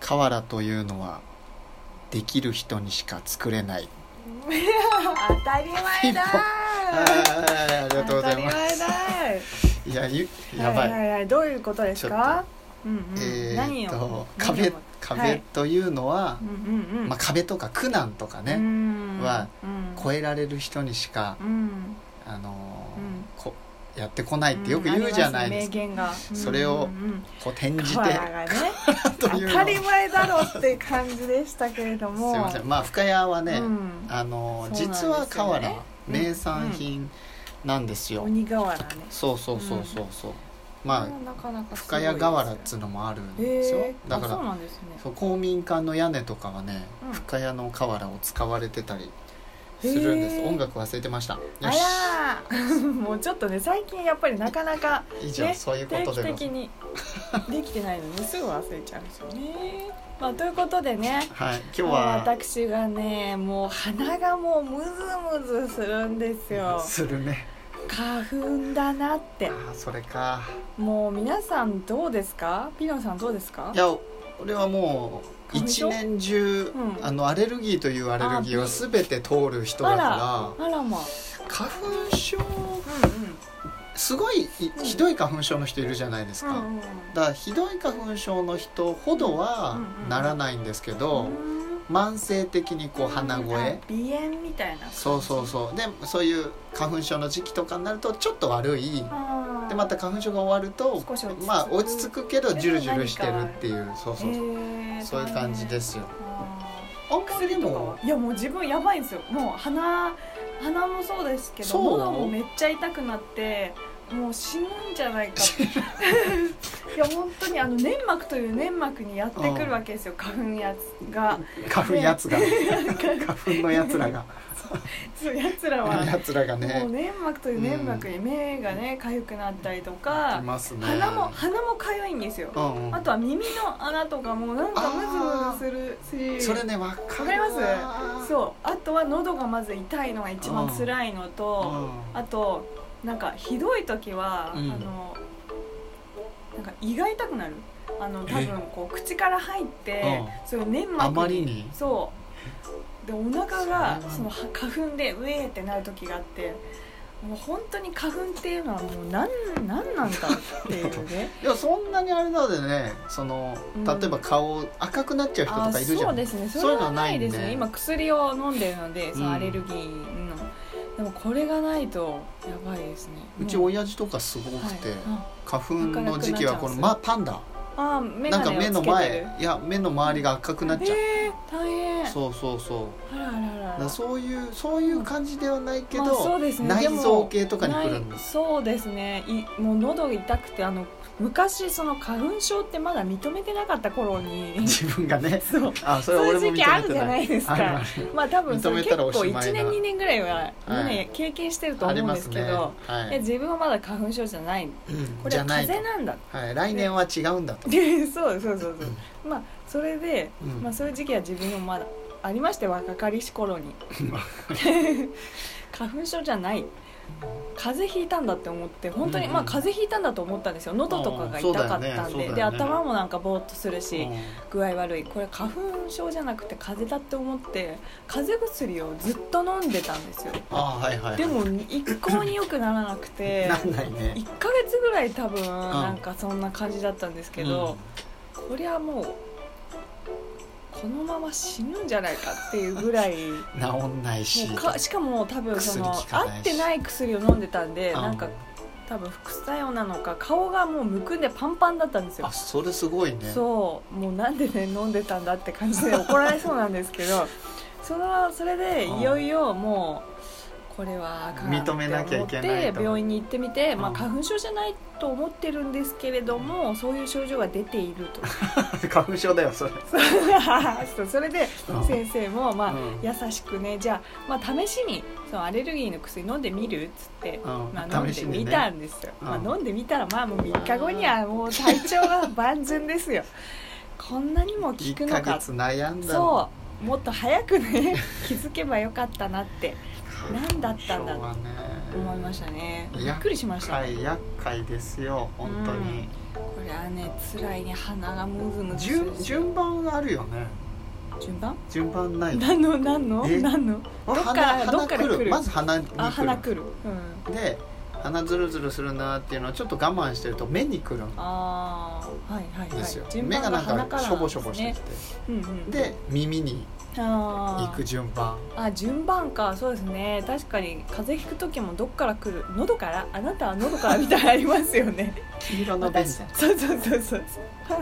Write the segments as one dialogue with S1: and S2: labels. S1: 瓦というのはできる人にしか作れない
S2: 当たり前だ
S1: はいありがとうございま
S2: 当たり前
S1: す
S2: だ
S1: いやゆや
S2: や
S1: ば
S2: ば
S1: い、
S2: い、はいはいはい、どういうことですかうんうん、
S1: え
S2: 何
S1: ーっ
S2: を
S1: と壁
S2: は
S1: 壁
S2: い
S1: というのは、
S2: うんうんうん
S1: まあ、壁とか苦難とか
S2: う
S1: ね、
S2: ん
S1: は
S2: うん
S1: 越えられる人にしか、
S2: うん
S1: あのー
S2: うん
S1: こやってこないってよく言うじゃないですか、
S2: うんあります名言が
S1: それを
S2: うんうんうん
S1: こう転じて
S2: コアラがね
S1: という
S2: 当
S1: の
S2: たり前だろって感じでしたけれども
S1: すいませんまあ深谷はね、
S2: うん
S1: あのー
S2: そうなんです
S1: 実
S2: よね
S1: は瓦、
S2: うん
S1: 名産品なんですよ、
S2: 鬼瓦ね
S1: そうそうそうそうそう、まあ
S2: なかなかすご
S1: 深
S2: いです
S1: 谷瓦っつうのもあるんですよ、
S2: へー
S1: だか
S2: あ
S1: ら
S2: そうなんですね
S1: そう公民館の屋根とかはね、
S2: うん
S1: 深谷の瓦を使われてたりするんです、
S2: へー
S1: 音楽忘れてましたよ
S2: あらー もうちょっとね最近やっぱりなかなか
S1: し以上、
S2: ね
S1: そういうこ
S2: 定
S1: と
S2: 期
S1: でご
S2: 的
S1: ざいま
S2: にできてないのにすぐ忘れちゃうんですよね。まあ、ということでね
S1: すはい 今日
S2: まあ
S1: は
S2: 私がねもう鼻がもうムズムズするんですよ
S1: するね
S2: 花粉だなって
S1: ああそれか
S2: もう皆さんどうですかピノさんどうですか
S1: いや俺はもう
S2: 花粉
S1: 一
S2: 症
S1: 年中、
S2: うん
S1: あのアレルギーというアレルギーを全て通る人だ
S2: あ
S1: から
S2: あらまあ
S1: 花粉症
S2: う
S1: すごいい
S2: うん
S1: ひどい花粉症の人いるじゃないですか、
S2: んうんうん
S1: だからひどい花粉症の人ほどは
S2: うんうん
S1: ならないんですけど、
S2: うん
S1: 慢性的にこう鼻声、
S2: 鼻炎みたいな
S1: そうそうそうでそういう花粉症の時期とかになるとちょっと悪い
S2: あー
S1: でまた花粉症が終わると
S2: 少し落ち着く
S1: まあ落ち着くけどジュルジュルしてるっていうそうそうそう、
S2: へー
S1: そういう感じですよ
S2: あ
S1: あん
S2: ー
S1: まりで
S2: 薬とかは
S1: も
S2: いやもう自分やばいんですよもう鼻鼻もそうですけど
S1: そう
S2: 喉もめっちゃ痛くなってもう死ぬんじゃ ないかっていや本当にあの粘膜という粘膜にやってくるわけですよ花粉やつが
S1: 花粉やつが 花粉のやつら が
S2: そうやつらは
S1: やつらが
S2: もう
S1: ね
S2: 粘膜という粘膜に目がね痒くなったりと
S1: い
S2: か
S1: ますね
S2: 鼻も鼻も痒いんですよ
S1: うんうん
S2: あとは耳の穴とかもなんかムズムズするし
S1: それねわか
S2: わかり
S1: る
S2: ますそうあとは喉がまず痛いのが一番辛いのと
S1: うん
S2: あとなんかひどい時は、
S1: うん
S2: あのなんか胃が痛くなるあの多分こう口から入って
S1: う
S2: そういう粘膜
S1: あまりに
S2: そうでお腹
S1: それ
S2: が
S1: は
S2: そのは花粉でうえーってなる時があってもう本当に花粉っていうのはもう何なんなんだっていうね
S1: いやそんなにあれなのでねその
S2: うん
S1: 例えば顔赤くなっちゃう人
S2: あ
S1: とかいるじゃ
S2: そうんですねそ
S1: そういう
S2: れ
S1: のは
S2: は
S1: な
S2: ないい
S1: んで
S2: ですね今薬を飲んでるのでそのアレルギーの、でもこれがないとやばいですね
S1: うち
S2: も
S1: 親父とかすごくて、
S2: はいあ
S1: 花粉の時期はこの、
S2: な
S1: ま、パンダ
S2: あ眼
S1: なんか目
S2: 鏡を
S1: の
S2: つけて
S1: 前
S2: る
S1: いや目の周りが赤くなっちゃう、
S2: えー、大変
S1: そうそうそう
S2: あらあらあ
S1: だ
S2: ら
S1: からそういうそういう感じではないけど、
S2: まあそうですね
S1: 内臓系
S2: で
S1: と
S2: も
S1: かに来るんで
S2: ない
S1: す
S2: そうですねいもう喉が痛くてあの昔その花粉症ってまだ認めてなかった頃に
S1: 自分がね
S2: そう
S1: あ それ
S2: そうい
S1: 俺
S2: う
S1: も認
S2: 時
S1: め
S2: 期
S1: て
S2: あ
S1: ない
S2: るじゃないですか
S1: あるある
S2: まあ多分それ
S1: 認めた
S2: 結構
S1: らおしまいな
S2: 1年2年ぐらいは、
S1: はい
S2: ね経験してると
S1: あり
S2: 思う
S1: ま
S2: んですすけ
S1: ね
S2: ど
S1: はい
S2: や自分はまだ花粉症じゃない
S1: うん
S2: これ
S1: じ
S2: は
S1: ゃないと
S2: 風邪なんだ
S1: はい、来年は違うんだと、
S2: で そうそうそうそうまあそれで、
S1: うん
S2: まあ、そういう時期は自分もまだありまして若かりし 頃に花粉症じゃない風邪ひいたんだって思って本当に、
S1: うんうん
S2: まあ風邪ひいたんだと思ったんですよ喉とかが痛かったんで
S1: ああそうだよねそうだ、よね
S2: で頭もなんかぼーっとするし、
S1: うん
S2: 具合悪いこれ花粉症じゃなくて風邪だって思って風邪薬をずっと飲んでたんですよ
S1: ああはいはいはい
S2: でも一向に良くならなくて
S1: なんないね
S2: 1ヶ月ぐらい多分なんかそんな感じだったんですけど、こりゃもうこのまま死ぬんじゃないかっていうぐ らいも
S1: うん治んないし
S2: うかしかも多分その
S1: 薬効かないし
S2: 合ってない薬を飲んでたんで
S1: うん
S2: なんか多分副作用なのか顔がもうむくんでパンパンだったんですよ
S1: あそれすごいね
S2: そうもうなんでね飲んでたんだって感じで怒られそうなんですけ どそのそれで
S1: うん
S2: いよいよもうこれはあかんって
S1: 認めなきゃい
S2: 思っ
S1: けない
S2: て
S1: と
S2: 病院に行ってみて、ま
S1: う
S2: あ、
S1: ん
S2: 花粉症じゃないと思ってるんですけれどもそういう症状が出ていると
S1: 花粉症だよそれ
S2: そうそれで
S1: うん
S2: 先生も、まあ
S1: うん
S2: 優しくねじゃあ,、まあ試しにそのアレルギーの薬飲んでみるっつって、
S1: うん
S2: まあ、飲ん
S1: 試
S2: で
S1: しに
S2: み
S1: ね
S2: たんですよ、
S1: うん
S2: まあ、飲んでみたらまあもう3日後にはもう体調が万全で すよこんなにも効
S1: 1
S2: く
S1: ヶ
S2: のか
S1: 月悩んだの
S2: そうもっと早くね 気づけばよかったなって何だったん
S1: 今
S2: だ
S1: 日
S2: と
S1: はね
S2: 思いましたね
S1: い
S2: び
S1: や
S2: っくりしました、
S1: はい厄介ですよ本当に、
S2: これやね辛いね鼻がムズムズする
S1: 順
S2: し
S1: 順番があるよね
S2: 順番
S1: 順番ない
S2: 何の何の
S1: え
S2: 何のどっ
S1: 鼻
S2: から
S1: 鼻
S2: どっから来る
S1: まず鼻に来る
S2: あ鼻くるうん
S1: で鼻ズルズルするなっていうのをちょっと我慢してると目に来るん
S2: ああはいはい
S1: で
S2: は
S1: すよ、
S2: い順
S1: 目が
S2: 番が
S1: なん
S2: 鼻か
S1: からしょぼしょぼして
S2: で
S1: き
S2: す
S1: て、
S2: ねうんうん
S1: で耳に行
S2: あ
S1: く順番
S2: ーあ順番かそうですね確かに風邪ひく時もどっから来る喉からあなたは 喉からみたいなありますよね
S1: 黄色の便
S2: 私
S1: 座
S2: そうそうそうそう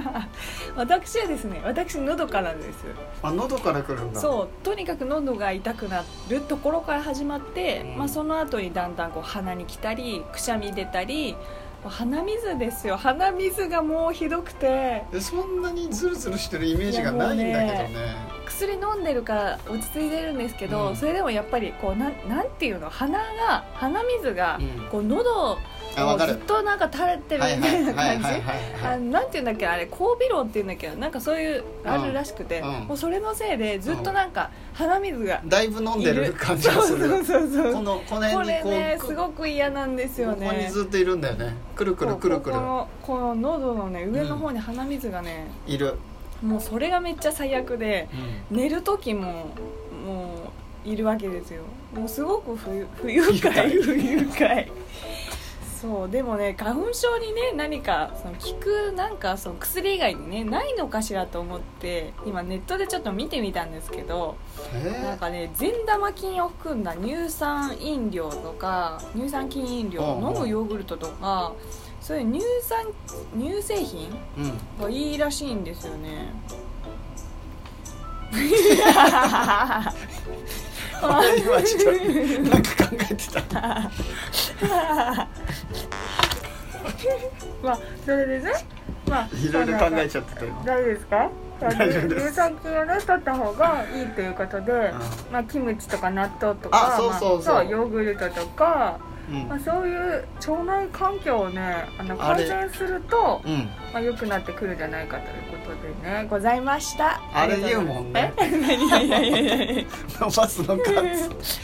S2: 私はですね私喉からです
S1: あ喉から来るんだ
S2: そうとにかく喉が痛くなるところから始まって、
S1: うん
S2: まあ、その後にだんだんこう鼻に来たりくしゃみ出たり鼻水ですよ鼻水がもうひどくて
S1: でそんなにズルズルしてるイメージがないんだけどね
S2: 薬飲んでるから落ち着いてるんですけど、
S1: うん
S2: それでもやっぱりこうなんなんていうの鼻が鼻水が
S1: うん
S2: こう喉を
S1: あわか
S2: ずっ
S1: る
S2: となんか垂れてる
S1: はい
S2: み
S1: は
S2: たい
S1: い
S2: な
S1: はい
S2: 感
S1: はい
S2: じ。
S1: は
S2: あ
S1: い
S2: なんていうんだっけあれ交尾論っていうんだっけどなんかそういうあるらしくて、
S1: うんうん
S2: もうそれのせいでずっとなんか鼻水が
S1: だいぶ飲ん
S2: い
S1: で
S2: る
S1: る感じがす
S2: そう
S1: る
S2: そうそうそ
S1: この
S2: う
S1: この
S2: こ
S1: 辺に
S2: れ
S1: こう
S2: ね
S1: こ
S2: すごく嫌なんですよ
S1: ここに
S2: ね
S1: ずっといるんだよねくるくるくるくる
S2: このこの喉のね上の方に鼻水がね、
S1: いる、
S2: もうそれがめっちゃ最悪で寝る時ももういるわけですよもうすごく不 不愉快不愉快そうでもね花粉症にね何かその効くなんかその薬以外にねないのかしらと思って今ネットでちょっと見てみたんですけどな
S1: え
S2: んかね善玉菌を含んだ乳酸飲料とか乳酸菌飲料
S1: うんうん
S2: 飲むヨーグルトとかそういう乳酸乳製品
S1: ーうん
S2: がいいらしいんですよね。
S1: 俺今ちょっとなんか考えてた
S2: まあそれでね、まあ
S1: いろいろ考え
S2: ち
S1: ちゃってた今
S2: 大丈夫ですか？
S1: 大丈夫です
S2: 乳酸菌をね取った方がいいということで、まあキムチとか納豆とか、
S1: あそうそうそう
S2: まあヨーグルトとか、
S1: うん
S2: まあそういう腸内環境をね、あの
S1: あ
S2: 改
S1: れ
S2: 善すると
S1: うん
S2: まあ良くなってくるんじゃないかということでね、ございました。
S1: あれ言うもんね
S2: え。 いやいやいやいや いや。
S1: 伸ばすのか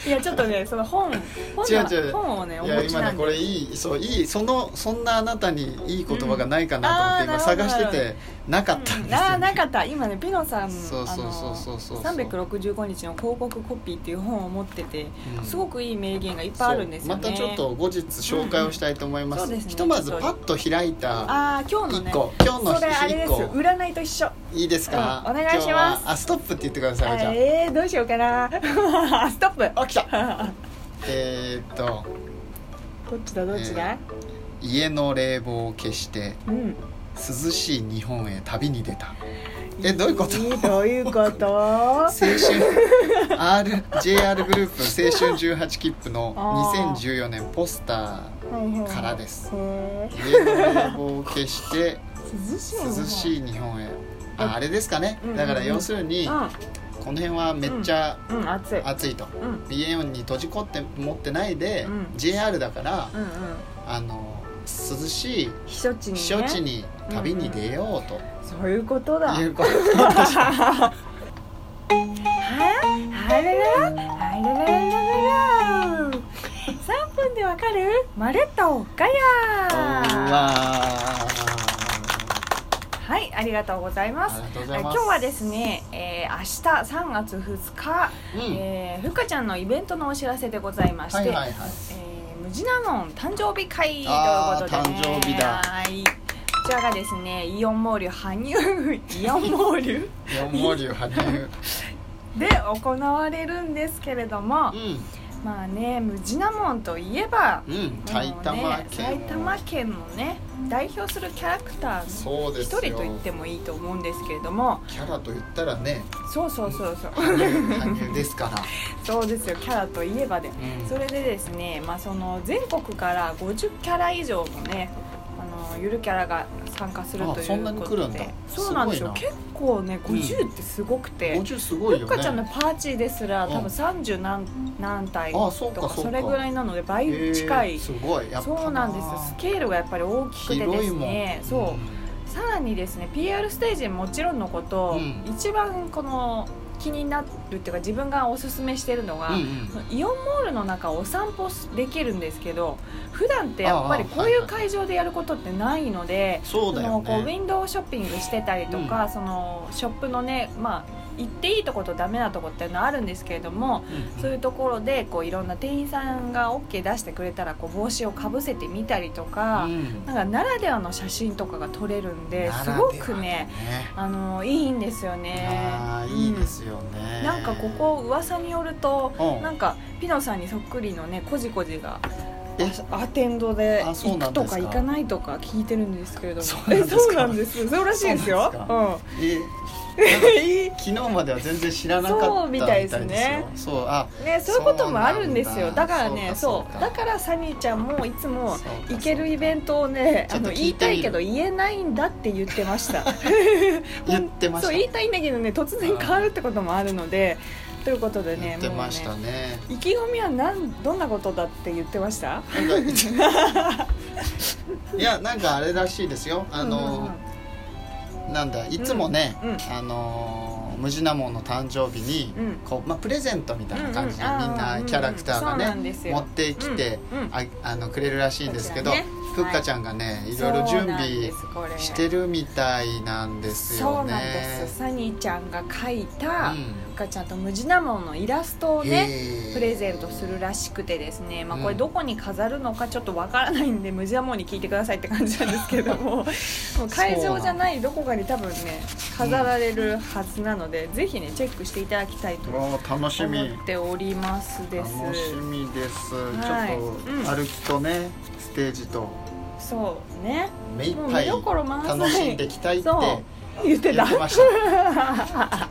S2: いやちょっとねその本本
S1: 違
S2: の
S1: う違う
S2: 本をねお
S1: いや
S2: 持ち
S1: 今
S2: な
S1: ね
S2: ん
S1: こ
S2: で
S1: れいいそういいそのそんなあなたにいい言葉がないか
S2: うんあー
S1: なと思って、今探
S2: な
S1: し
S2: る
S1: て
S2: ほど
S1: てなかったんですよ、
S2: あーなかった今ねピノさん
S1: そうそうそうそうそう
S2: あの365日の広告コピーっていう本を持ってて
S1: うん
S2: すごくいい名言がいっぱいあるんですよね
S1: そうまたちょっと後日紹介をしたいと思います,、
S2: うんそうですね
S1: ひとまずパッと開いた
S2: ああ今日のね
S1: 1個、今日の
S2: それあれです
S1: 1個
S2: 占いと一緒
S1: いいですか、
S2: うんお願いしま
S1: 今
S2: す
S1: 日はあストップって言ってくださいじゃ
S2: えー、どうしようかな ストップ
S1: ああ来た えーっと
S2: どっちだどっちだ、
S1: 家の冷房を消して
S2: うん
S1: 涼しい日本へ旅に出たえどういうこと
S2: いどういうこと
S1: 青春 R JR グループ青春18切符の
S2: あー
S1: 2014年ポスターからです
S2: へ
S1: 家の冷房を消して
S2: ー涼しい
S1: 涼
S2: い
S1: しい日本へああれですかねだから要するに
S2: う
S1: この辺はめっちゃ
S2: んうん暑い
S1: 暑いと
S2: うんうん
S1: 家に閉じこって持ってないで
S2: うん
S1: JR だから
S2: うん
S1: あの涼しい
S2: 避暑地にね
S1: 避暑地に旅に出ようと
S2: そういうことだ
S1: いう こと
S2: あれらあれららららら3分でわかるマレットガヤ
S1: あ
S2: はいありがとうございます
S1: りがとうご
S2: え今日はですね、えー明日3月2日、
S1: うん
S2: えーふっかちゃんのイベントのお知らせでございまして、
S1: はいはいはい
S2: えームジナモン誕生日会という
S1: あ
S2: こ
S1: ー
S2: とで、ね、
S1: 誕生日だ
S2: はいこちらがですねイオンモール羽生イオンモール
S1: 四毛流 羽生
S2: で行われるんですけれども、まあねムジナモンといえば
S1: うんうん埼
S2: もう
S1: 玉
S2: ね
S1: 県
S2: 埼玉県のね代表するキャラクターの
S1: そうで
S2: 一
S1: すよ
S2: 人と言ってもいいと思うんですけれども
S1: キャラと言ったら ね
S2: そうそうそうそう
S1: 羽生羽生ですから
S2: そうですよキャラといえばで
S1: うん
S2: それでですね、まあ、その全国から50キャラ以上のねあのゆるキャラが参加すると
S1: あ
S2: い
S1: そんな
S2: う
S1: に
S2: こ
S1: 来る
S2: と
S1: んだ
S2: でそうなんですよ
S1: す
S2: 結構ね50ってすごくて、
S1: 50すごい
S2: ふっ
S1: よ
S2: かちゃんの
S1: ね
S2: パーチーですら
S1: う
S2: 多
S1: ん
S2: 分30何何体
S1: あそう
S2: と
S1: か
S2: か
S1: そうか
S2: それぐらいなので
S1: え
S2: 倍
S1: ー
S2: 近い
S1: すごいやっぱ
S2: そうなんですスケールがやっぱり大きくてで
S1: 広い
S2: す
S1: も
S2: ね
S1: ん
S2: そうさらにですね PR ステージもちろんのこと、
S1: うん
S2: 一番この気になるっていうか自分がおすすめしてるのが、
S1: うんうん
S2: イオンモールの中をお散歩できるんですけど普段ってやっぱり
S1: ああ
S2: こういう会場でやることってないので
S1: そう
S2: そ
S1: だ
S2: の
S1: よ
S2: こうウ
S1: ね
S2: ィンドウショッピングしてたりとか、そのショップのね、まあ、行っていいとことダメなとこっていうのはあるんですけれども
S1: うん
S2: そういうところでこういろんな店員さんが OK 出してくれたらこう帽子をかぶせてみたりとか,、
S1: うん
S2: なんかならではの写真とかが撮れるんで
S1: な
S2: す
S1: らで
S2: ご
S1: は
S2: く
S1: だ
S2: ねあのいいんですよね。
S1: あーいいですよね、
S2: なんかここ噂によると
S1: うん
S2: なんかピノさんにそっくりのねこじこじが
S1: え
S2: アテンドで
S1: あそう
S2: 行
S1: な
S2: く
S1: んで
S2: と
S1: すか
S2: か行かないとか聞いてるんですけれども
S1: そうなんですか
S2: えそうなんですそうらしいですよ
S1: そうなんです
S2: うん
S1: え
S2: えいい
S1: 昨日までは全然知らなかった
S2: そうみたいですね
S1: みたいですよそうあ
S2: ねそういうこともあるんですよ
S1: そうな
S2: だ
S1: んだ
S2: からね
S1: そう
S2: そ
S1: か
S2: う
S1: そうか
S2: だからサニーちゃんもいつ
S1: そ
S2: も
S1: うか
S2: 行けるイベントをね
S1: ち
S2: あ
S1: ょっと
S2: の
S1: 聞いてみる
S2: 言いたいけど言えないんだって言ってました
S1: 言ってました
S2: そう言いたいんだけどね突然変わるってこともあるのでということでね
S1: 言ってまし
S2: もう
S1: た
S2: ね
S1: ね
S2: 意気込みはなんどんなことだって言ってまし
S1: な
S2: た
S1: んかいやなんかあれらしいですよあ
S2: うんうん
S1: の、なんだいつもね、
S2: うんうん
S1: あのームジナモンの誕生日に、
S2: うん
S1: こうまあ、プレゼントみたいな感じで、
S2: うんうん
S1: みん
S2: あー
S1: なキャラクター
S2: そう
S1: が
S2: なん
S1: ね
S2: ですよ
S1: 持ってきて、
S2: うんうん
S1: ああのくれるらしいんですけど、
S2: こちらね
S1: ふっかちゃんがね、い、ろいろ準備して
S2: る
S1: るみたいなんです
S2: そ
S1: よ
S2: うなんで
S1: ね
S2: すサニーちゃんが描いた、
S1: うん
S2: ふっかちゃんとムジナモンのイラストをね
S1: へー
S2: プレゼントするらしくてですね、まあ、
S1: うん
S2: これどこに飾るのかちょっとわからないんで、ムジナモンに聞いてくださいって感じなんですけ どももう会場じゃないどこかに多分ね飾られるはずなので、ぜひねチェックしていただきたいと思
S1: わー楽しみ
S2: っておりますです
S1: 楽しみです、
S2: はい
S1: ちょっと歩きとね、ステージと
S2: そうね
S1: 目いっ
S2: もう
S1: ぱ
S2: 見
S1: い
S2: どころ満載
S1: 楽しんでいきたいって
S2: そう言って
S1: 言
S2: た
S1: ってました